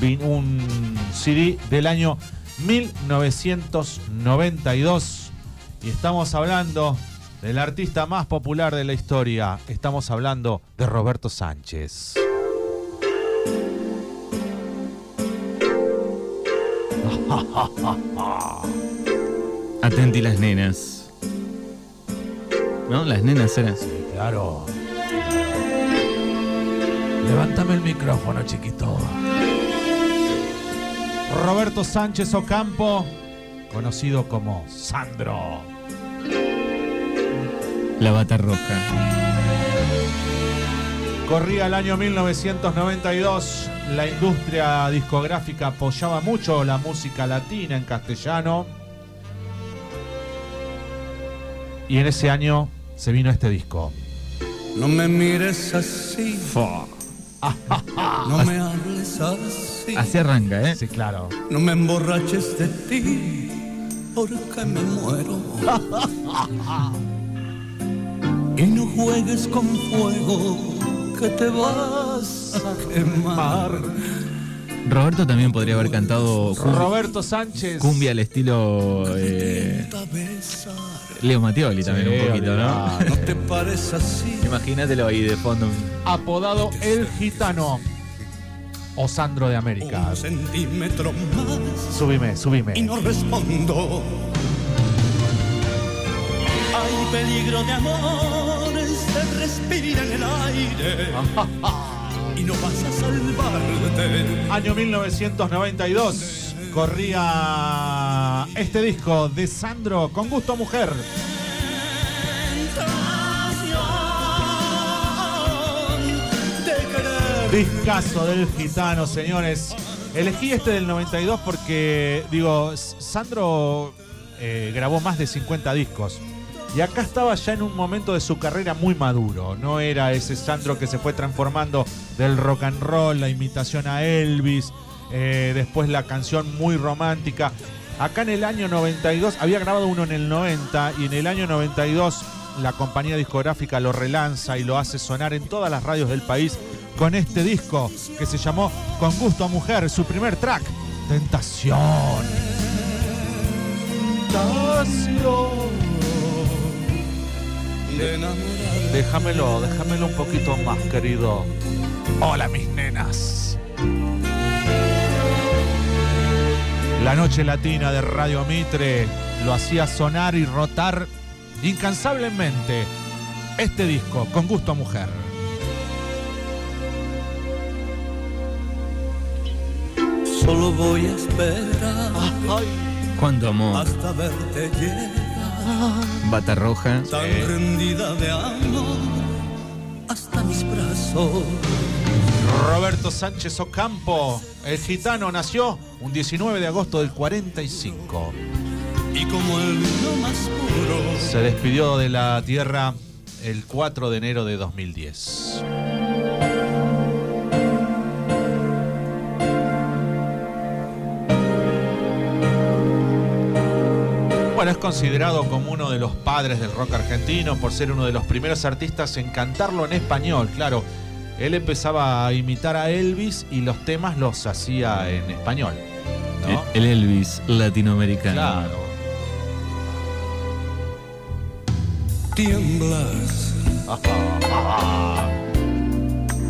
vin- un CD del año 1992. Y estamos hablando del artista más popular de la historia. Estamos hablando de Roberto Sánchez. Atenti las nenas. ¿No? Las nenas eran. Claro. Levántame el micrófono, chiquito. Roberto Sánchez Ocampo, conocido como Sandro. La bata roja. Corría el año 1992, la industria discográfica apoyaba mucho la música latina en castellano. Y en ese año se vino este disco. No me mires así, Fua. no me hables así, Así arranca, ¿eh? Sí, claro. no me emborraches de ti, porque me muero. Y no juegues con fuego, que te vas a quemar. Roberto también podría haber cantado cum- Roberto Sánchez. cumbia al estilo eh, Intenta besar, Leo Mattioli también Sí, un poquito, ¿no? olvidate. no te pares así, Imagínatelo ahí de fondo. apodado El Gitano o Sandro de América. un centímetro más. Súbime, y súbime. no respondo. Hay peligro de amores se respira en el aire y no vas a salvarte. Año 1992 corría este disco de Sandro con gusto a mujer. Tentación de querer. Discazo del Gitano, señores. Elegí este del 92 porque, digo, S- Sandro eh, grabó más de 50 discos. Y acá estaba ya en un momento de su carrera muy maduro. No era ese Sandro que se fue transformando del rock and roll, la imitación a Elvis, eh, después la canción muy romántica. Acá en el año 92, había grabado uno en el 90 y en el año 92 la compañía discográfica lo relanza y lo hace sonar en todas las radios del país con este disco que se llamó Con Gusto a Mujer, su primer track, Tentación. Tentación. de enamorar. Déjamelo, déjamelo un poquito más, querido. Hola, mis nenas. La noche latina de Radio Mitre lo hacía sonar y rotar incansablemente este disco con gusto a mujer. Solo voy a esperar Cuánto Ah. amor. hasta verte llegar, Bata roja. tan Sí. rendida de amor hasta mis brazos. Roberto Sánchez Ocampo, el gitano, nació un 19 de agosto del 45. Y como el vino más puro. Se despidió de la tierra el 4 de enero de 2010. Bueno, es considerado como uno de los padres del rock argentino por ser uno de los primeros artistas en cantarlo en español, claro. Él empezaba a imitar a Elvis y los temas los hacía en español. ¿no? eh, El Elvis latinoamericano. Claro. Tiemblas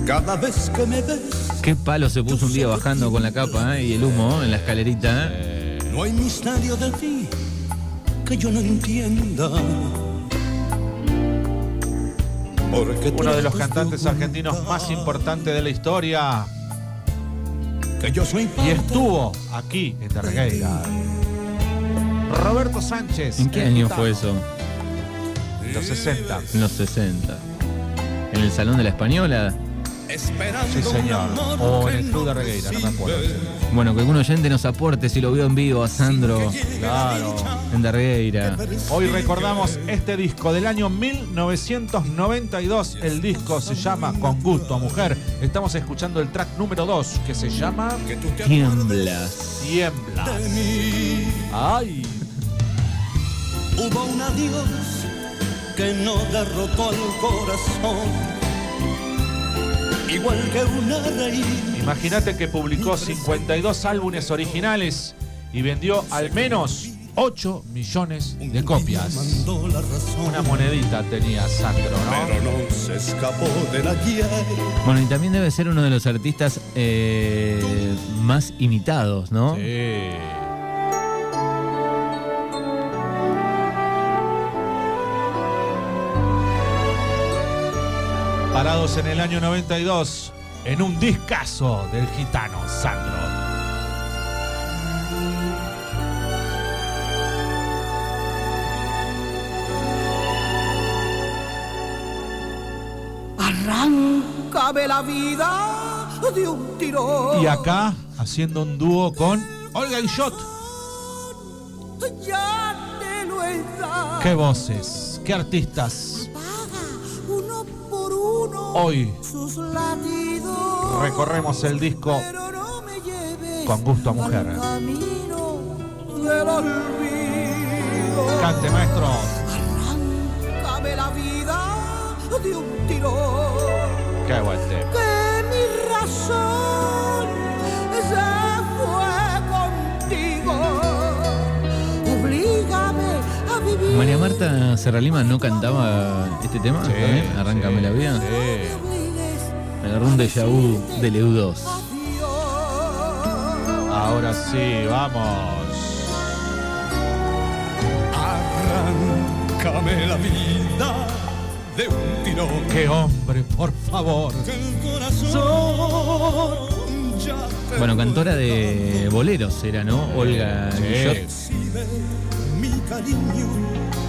cada vez que me ves. Qué palo se puso un día bajando con la capa ¿eh? y el humo en la escalerita. ¿eh? No hay misterio de ti que yo no entienda. Porque Uno de los tratas cantantes ocultar argentinos más importantes de la historia que yo soy y parte estuvo aquí en Tarregueira. Roberto Sánchez. ¿En qué el año gitano, fue eso? En los 60. En los 60. ¿En el Salón de la Española? esperando Sí, señor. un amor O en que el Club de no Regueira, no me recibe. acuerdo. Bueno, que algún oyente nos aporte si lo vio en vivo a Sandro Claro. en Darreira. Hoy recordamos este disco del año 1992. El disco se llama Con Gusto a Mujer. Estamos escuchando el track número 2 que se llama Que tú te Tiemblas. Tiembla. acuerdas de mí. ¡Ay! Hubo un adiós que no derrotó al corazón, igual que una raíz Imagínate que publicó 52 álbumes originales y vendió al menos 8 millones de copias. Mandó la razón, Una monedita tenía Sandro, ¿no? pero no se escapó de la guía. Bueno, y también debe ser uno de los artistas eh, más imitados, ¿no? Sí. Parados en el año 92, en un discazo del gitano Sandro. Arráncame la vida de un tirón. Y acá, haciendo un dúo con Olga y Shot. Ya te lo he dado. Qué voces, qué artistas. Paga uno por uno Hoy sus latidos. recorremos el disco Pero no me lleves con gusto a mujer. al camino del olvido. Cante, maestro. Arráncame la vida de un tirón. Qué buen tema. que mi razón se fue contigo. Oblígame a vivir. María Marta Serralima no cantaba este tema Sí, también, Arráncame sí, la vida. Me sí. obligues eh, Me agarró un déjà vu del E EU2. a Dios. Ahora sí, vamos. Arráncame la vida de un tirón. Qué hombre, por favor. El corazón ya te Bueno, cantora de boleros era, ¿no? Olga Sí. Guillot. recibe mi cariño.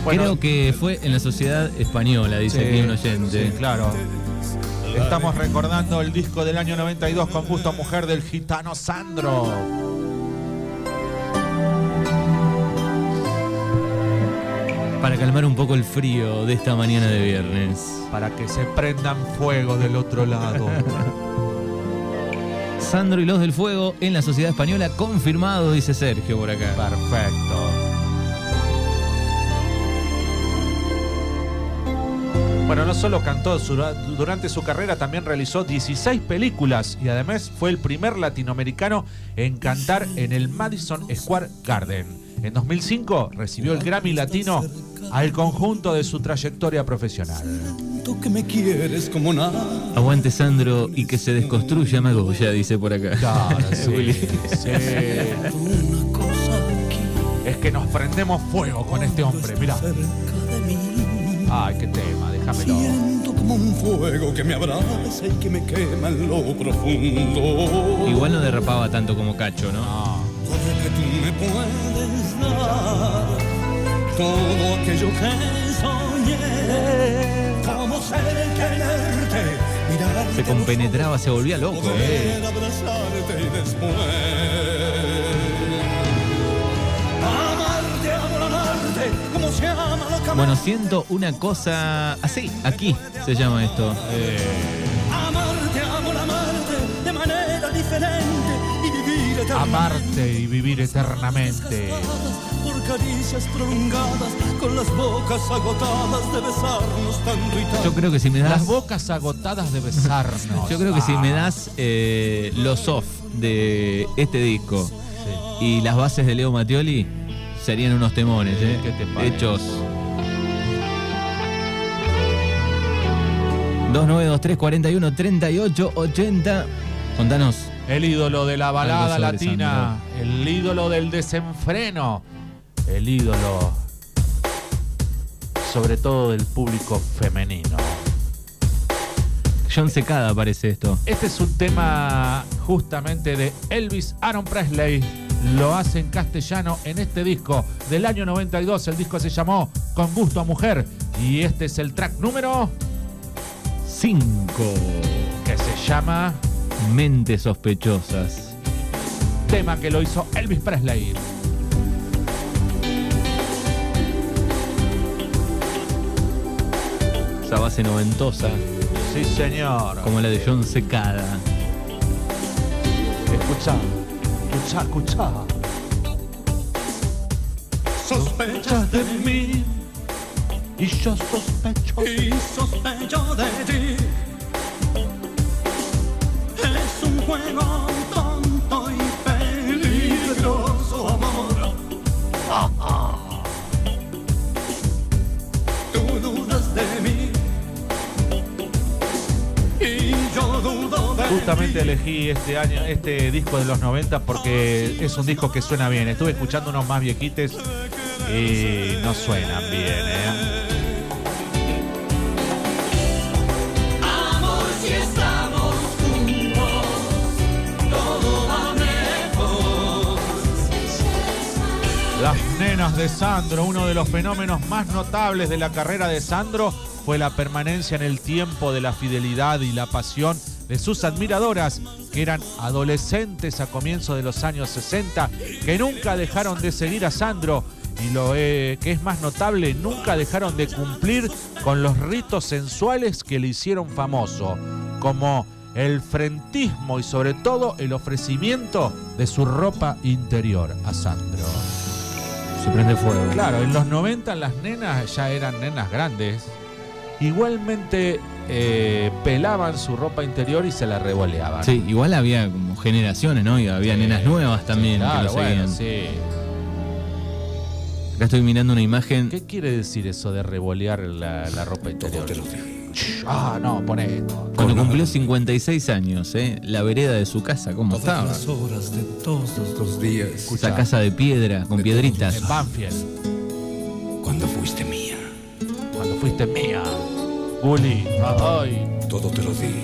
Bueno, Creo que fue en la sociedad española, dice sí, aquí un oyente. sí, claro. Estamos recordando el disco del año 92 con gusto a mujer del gitano Sandro. Para calmar un poco el frío de esta mañana de viernes. Para que se prendan fuego del otro lado. Sandro y los del fuego en la sociedad española, confirmado, dice Sergio por acá. Perfecto. Bueno, no solo cantó, su- durante su carrera también realizó 16 películas y además fue el primer latinoamericano en cantar en el Madison Square Garden. En 2005 recibió el Grammy Latino al conjunto de su trayectoria profesional. Tú que me quieres como nada. Aguante Sandro y que se desconstruya Magoya, dice por acá. Claro, sí, Willy. sí. Una cosa aquí Es que nos prendemos fuego con este hombre, mirá. cerca de mí. Ay, qué tema, déjamelo. Siento como un fuego que me abraza y que me quema en lo profundo. Igual no derrapaba tanto como Cacho, ¿no? No. Todo lo que tú me puedes dar, todo aquello que soñé, como ser quererte, mirarte. Se compenetraba, se volvía loco. ¿eh? Poder abrazarte y después. Amarte, adorarte, como se ama lo que ama. Bueno, siento una cosa así, aquí se llama esto. Amarte, amo amarte de manera diferente y vivir eternamente. Amarte y vivir eternamente. Por caricias prolongadas, con las bocas agotadas de besarnos tanto y tanto. Yo creo que si me das. Las bocas agotadas de besarnos. Yo creo que si me Ah, das eh, los off de este disco y las bases de Leo Mattioli, serían unos temones, ¿eh? ¿Qué te parece? Hechos. 2923 41 38 80. Contanos. El ídolo de la balada sobre latina. El ídolo del desenfreno. El ídolo. Sobre todo del público femenino. John Secada aparece esto. Este es un tema justamente de Elvis Aaron Presley. Lo hace en castellano en este disco del año 92. El disco se llamó Con gusto a mujer. Y este es el track número 5. que se llama Mentes sospechosas. tema que lo hizo Elvis Presley. Esa base noventosa, Sí, señor. como la de John Secada. Escucha, escucha, escucha. Sospechas de mí y yo sospecho. y sospecho de ti. Es un juego juego tonto y peligroso amor. Tú dudas de mí y yo dudo de Justamente ti. elegí este año, este disco de los 90 porque es un disco que suena bien. Estuve escuchando unos más viejites y no suenan bien, ¿eh? Amor, si estamos juntos, todo va mejor. Las nenas de Sandro, uno de los fenómenos más notables de la carrera de Sandro fue la permanencia en el tiempo de la fidelidad y la pasión de sus admiradoras, que eran adolescentes a comienzos de los años 60, que nunca dejaron de seguir a Sandro y lo eh, que es más notable, nunca dejaron de cumplir con los ritos sensuales que le hicieron famoso, como el frentismo y sobre todo el ofrecimiento de su ropa interior a Sandro. Se prende fuego. Claro, en los 90 las nenas ya eran nenas grandes. Igualmente eh, pelaban su ropa interior y se la revoleaban. Sí, igual había como generaciones, ¿no? Y había Ah, Sí, nenas nuevas sí, también que claro, lo bueno, seguían. sí. Acá estoy mirando una imagen. ¿Qué quiere decir eso de revolear la, la ropa interior? Shh, Ah, no, poné esto. Cuando cumplió 56 años, ¿eh? La vereda de su casa, ¿cómo Todas estaba? las horas de todos los días. Esa casa de piedra, con De piedritas. En Banfield, Cuando fuiste mía, cuando fuiste mía. Guli, ay, todo te lo di.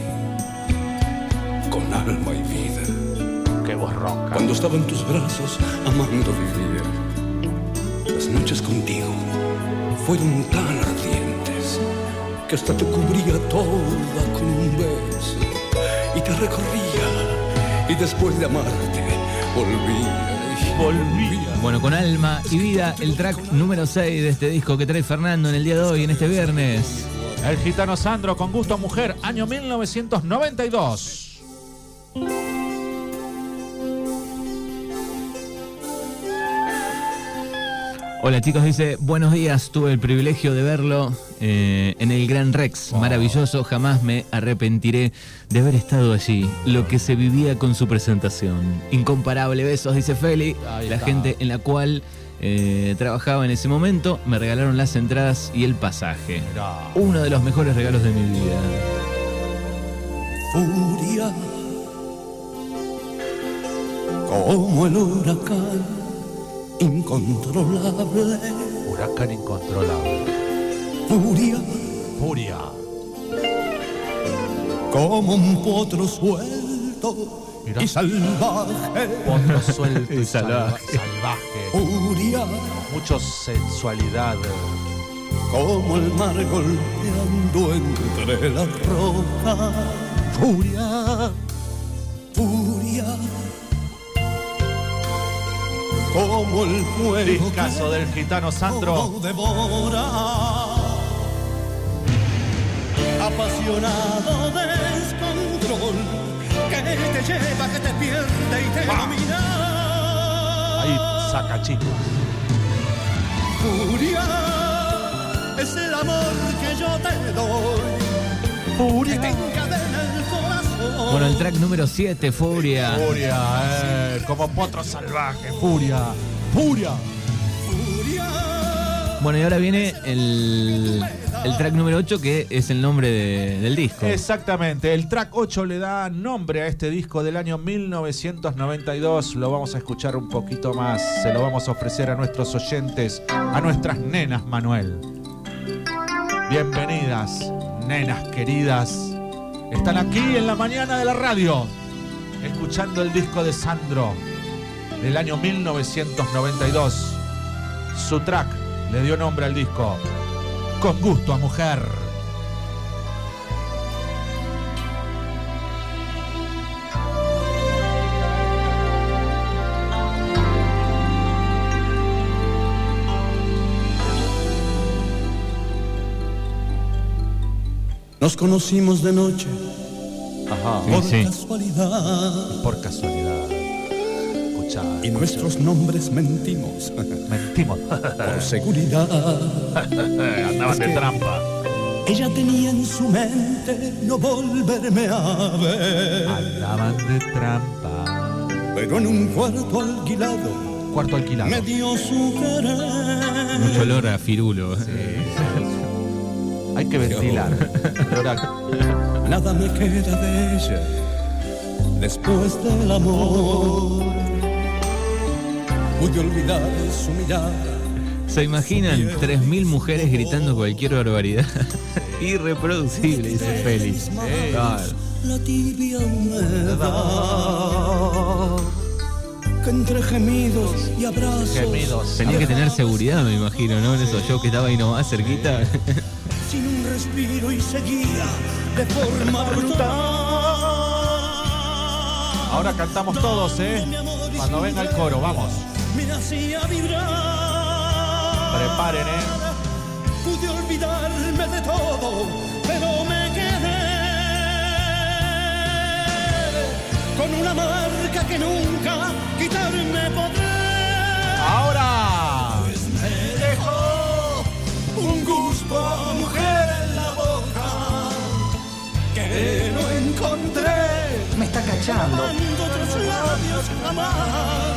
Con alma y vida. qué voz ronca. Cuando estaba en tus brazos, amando vivía. Las noches contigo fueron tan ardientes que hasta te cubría toda con un beso y te recorría. Y después de amarte, volvía. y volvía. Bueno, con alma y vida, el track número 6 de este disco que trae Fernando en el día de hoy, en este viernes. El gitano Sandro con gusto a mujer, año 1992. Hola chicos, dice, buenos días, tuve el privilegio de verlo eh, en el Gran Rex, maravilloso, jamás me arrepentiré de haber estado allí, lo que se vivía con su presentación. Incomparable besos, dice Feli, Ahí la está. gente en la cual eh, trabajaba en ese momento, me regalaron las entradas y el pasaje. Mirá. Uno de los mejores regalos de mi vida. furia como el huracán incontrolable Huracán incontrolable. furia Furia. como un potro suelto Mira. y salvaje Potro suelto y salvaje. salva- salvaje. furia Mucho sensualidad. como el mar golpeando entre las rocas furia furia como el fuego Discaso del gitano Sandro. Lo devora. Apasionado descontrol que te lleva, que te pierde y te domina. Ahí saca chicos. Furia es el amor que yo te doy, que te Furia. encadena el corazón. Bueno, el track número 7, Furia. Furia, eh, como potro salvaje. Furia. Furia. Furia Bueno, y ahora viene el, el track número 8, que es el nombre de- del disco. Exactamente, el track 8 le da nombre a este disco del año 1992, lo vamos a escuchar un poquito más, se lo vamos a ofrecer a nuestros oyentes, a nuestras nenas, Manuel. Bienvenidas, nenas queridas, están aquí en la mañana de la radio, escuchando el disco de Sandro del año 1992. Su track le dio nombre al disco, Con gusto a mujer. Nos conocimos de noche Ajá. Sí, por sí. casualidad Por casualidad. Escuchá. y nuestros nombres mentimos Mentimos. por seguridad. Andaban de trampa. Ella tenía en su mente no volverme a ver. Hablaban de trampa. Pero en un cuarto alquilado Cuarto alquilado. me dio su querer. Mucho olor a firulo. Hay que ventilar. Ahora, Nada me queda de ella después del amor. Pude olvidar su mirada. ¿Se imaginan 3.000 mujeres gritando cualquier barbaridad? Irreproducible, dice Félix. Ah, Claro. La tibia humedad que entre gemidos y abrazos Tenía que tener seguridad, me imagino, ¿no? En esos shows que estaba ahí nomás cerquita. sin un respiro y seguía de forma brutal. ahora cantamos todos, ¿eh? Cuando venga el coro, vamos. Me hacía vibrar. Preparen, ¿eh? Pude olvidarme de todo, pero me quedé con una marca que nunca quitarme podré. ¡Ahora! Me dejó un gusto a mujer en la boca que no encontré. Me está cachando. otros labios jamás.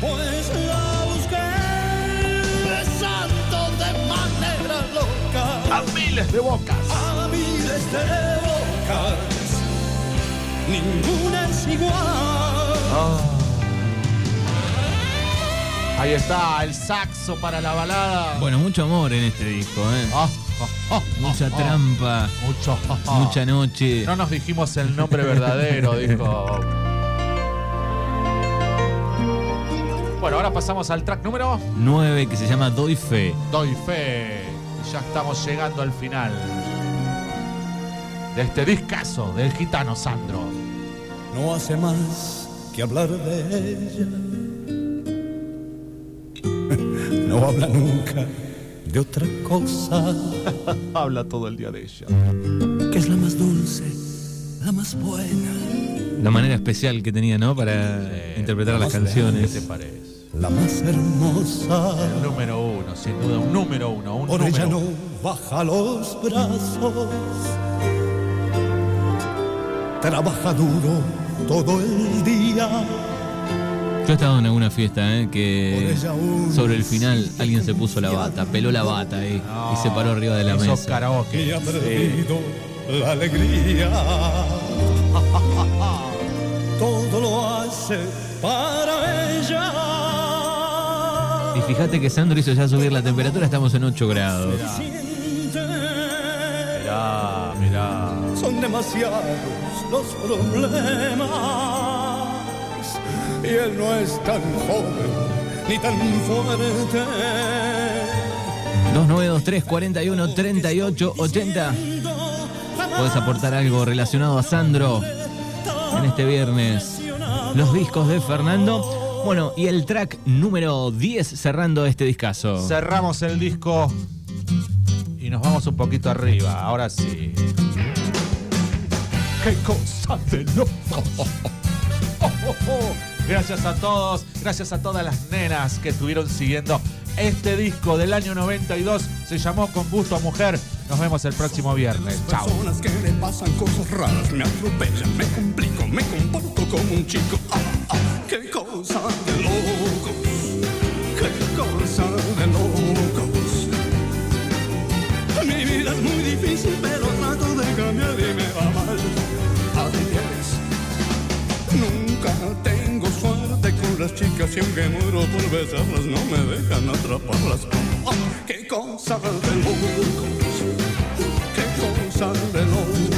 Pues la busqué besando de manera loca. A miles de bocas. A miles de bocas. Ninguna es igual. Ahí está, el saxo para la balada. Bueno, mucho amor en este disco, ¿eh? Ah, ah, ah, Mucha ah, trampa, ah, Mucho. ah, ah. mucha noche. No nos dijimos el nombre verdadero, dijo. Bueno, ahora pasamos al track número 9 que se llama Doy Fe. Doy Fe. Y Ya estamos llegando al final de este discazo del gitano Sandro. No hace más que hablar de ella. No habla nunca de otra cosa Habla todo el día de ella. que es la más dulce, la más buena, La manera especial que tenía, ¿no? Para interpretar las ¿Qué te canciones. parece? la más hermosa. El número uno, sin duda, un número uno. Un Por ella número no uno. baja los brazos. Trabaja duro todo el día. Yo he estado en alguna fiesta, ¿eh? Que Por ella un sobre el final alguien se puso la bata, peló la bata ahí y se paró arriba de la Hizo mesa. karaoke. Y ha Sí. perdido la alegría. Todo lo hace para ella. Y fíjate que Sandro hizo ya subir la temperatura, estamos en 8 grados. Siente, Mirá, mirá. Son demasiados los problemas. Y él no es tan joven ni tan fuerte. 2923 41 38 80. Puedes aportar algo relacionado a Sandro en este viernes. Los discos de Fernando. Bueno, y el track número 10 cerrando este discazo. Cerramos el disco y nos vamos un poquito arriba. Ahora sí. ¡Qué cosa de loco! Oh, oh, oh. Gracias a todos, gracias a todas las nenas que estuvieron siguiendo este disco del año 92. Se llamó Con Gusto a Mujer. Nos vemos el próximo viernes. Chao. Personas que le pasan cosas raras, me atropellan, me complico, me comporto como un chico. Ah, ah, qué cosa de locos, qué cosa de locos. Mi vida es muy difícil, pero trato de cambiar y me va mal. Adiós. Nunca tengo suerte con las chicas y aunque muero por besarlas, no me dejan atraparlas. Ah, qué cosa de locos, qué cosa de locos.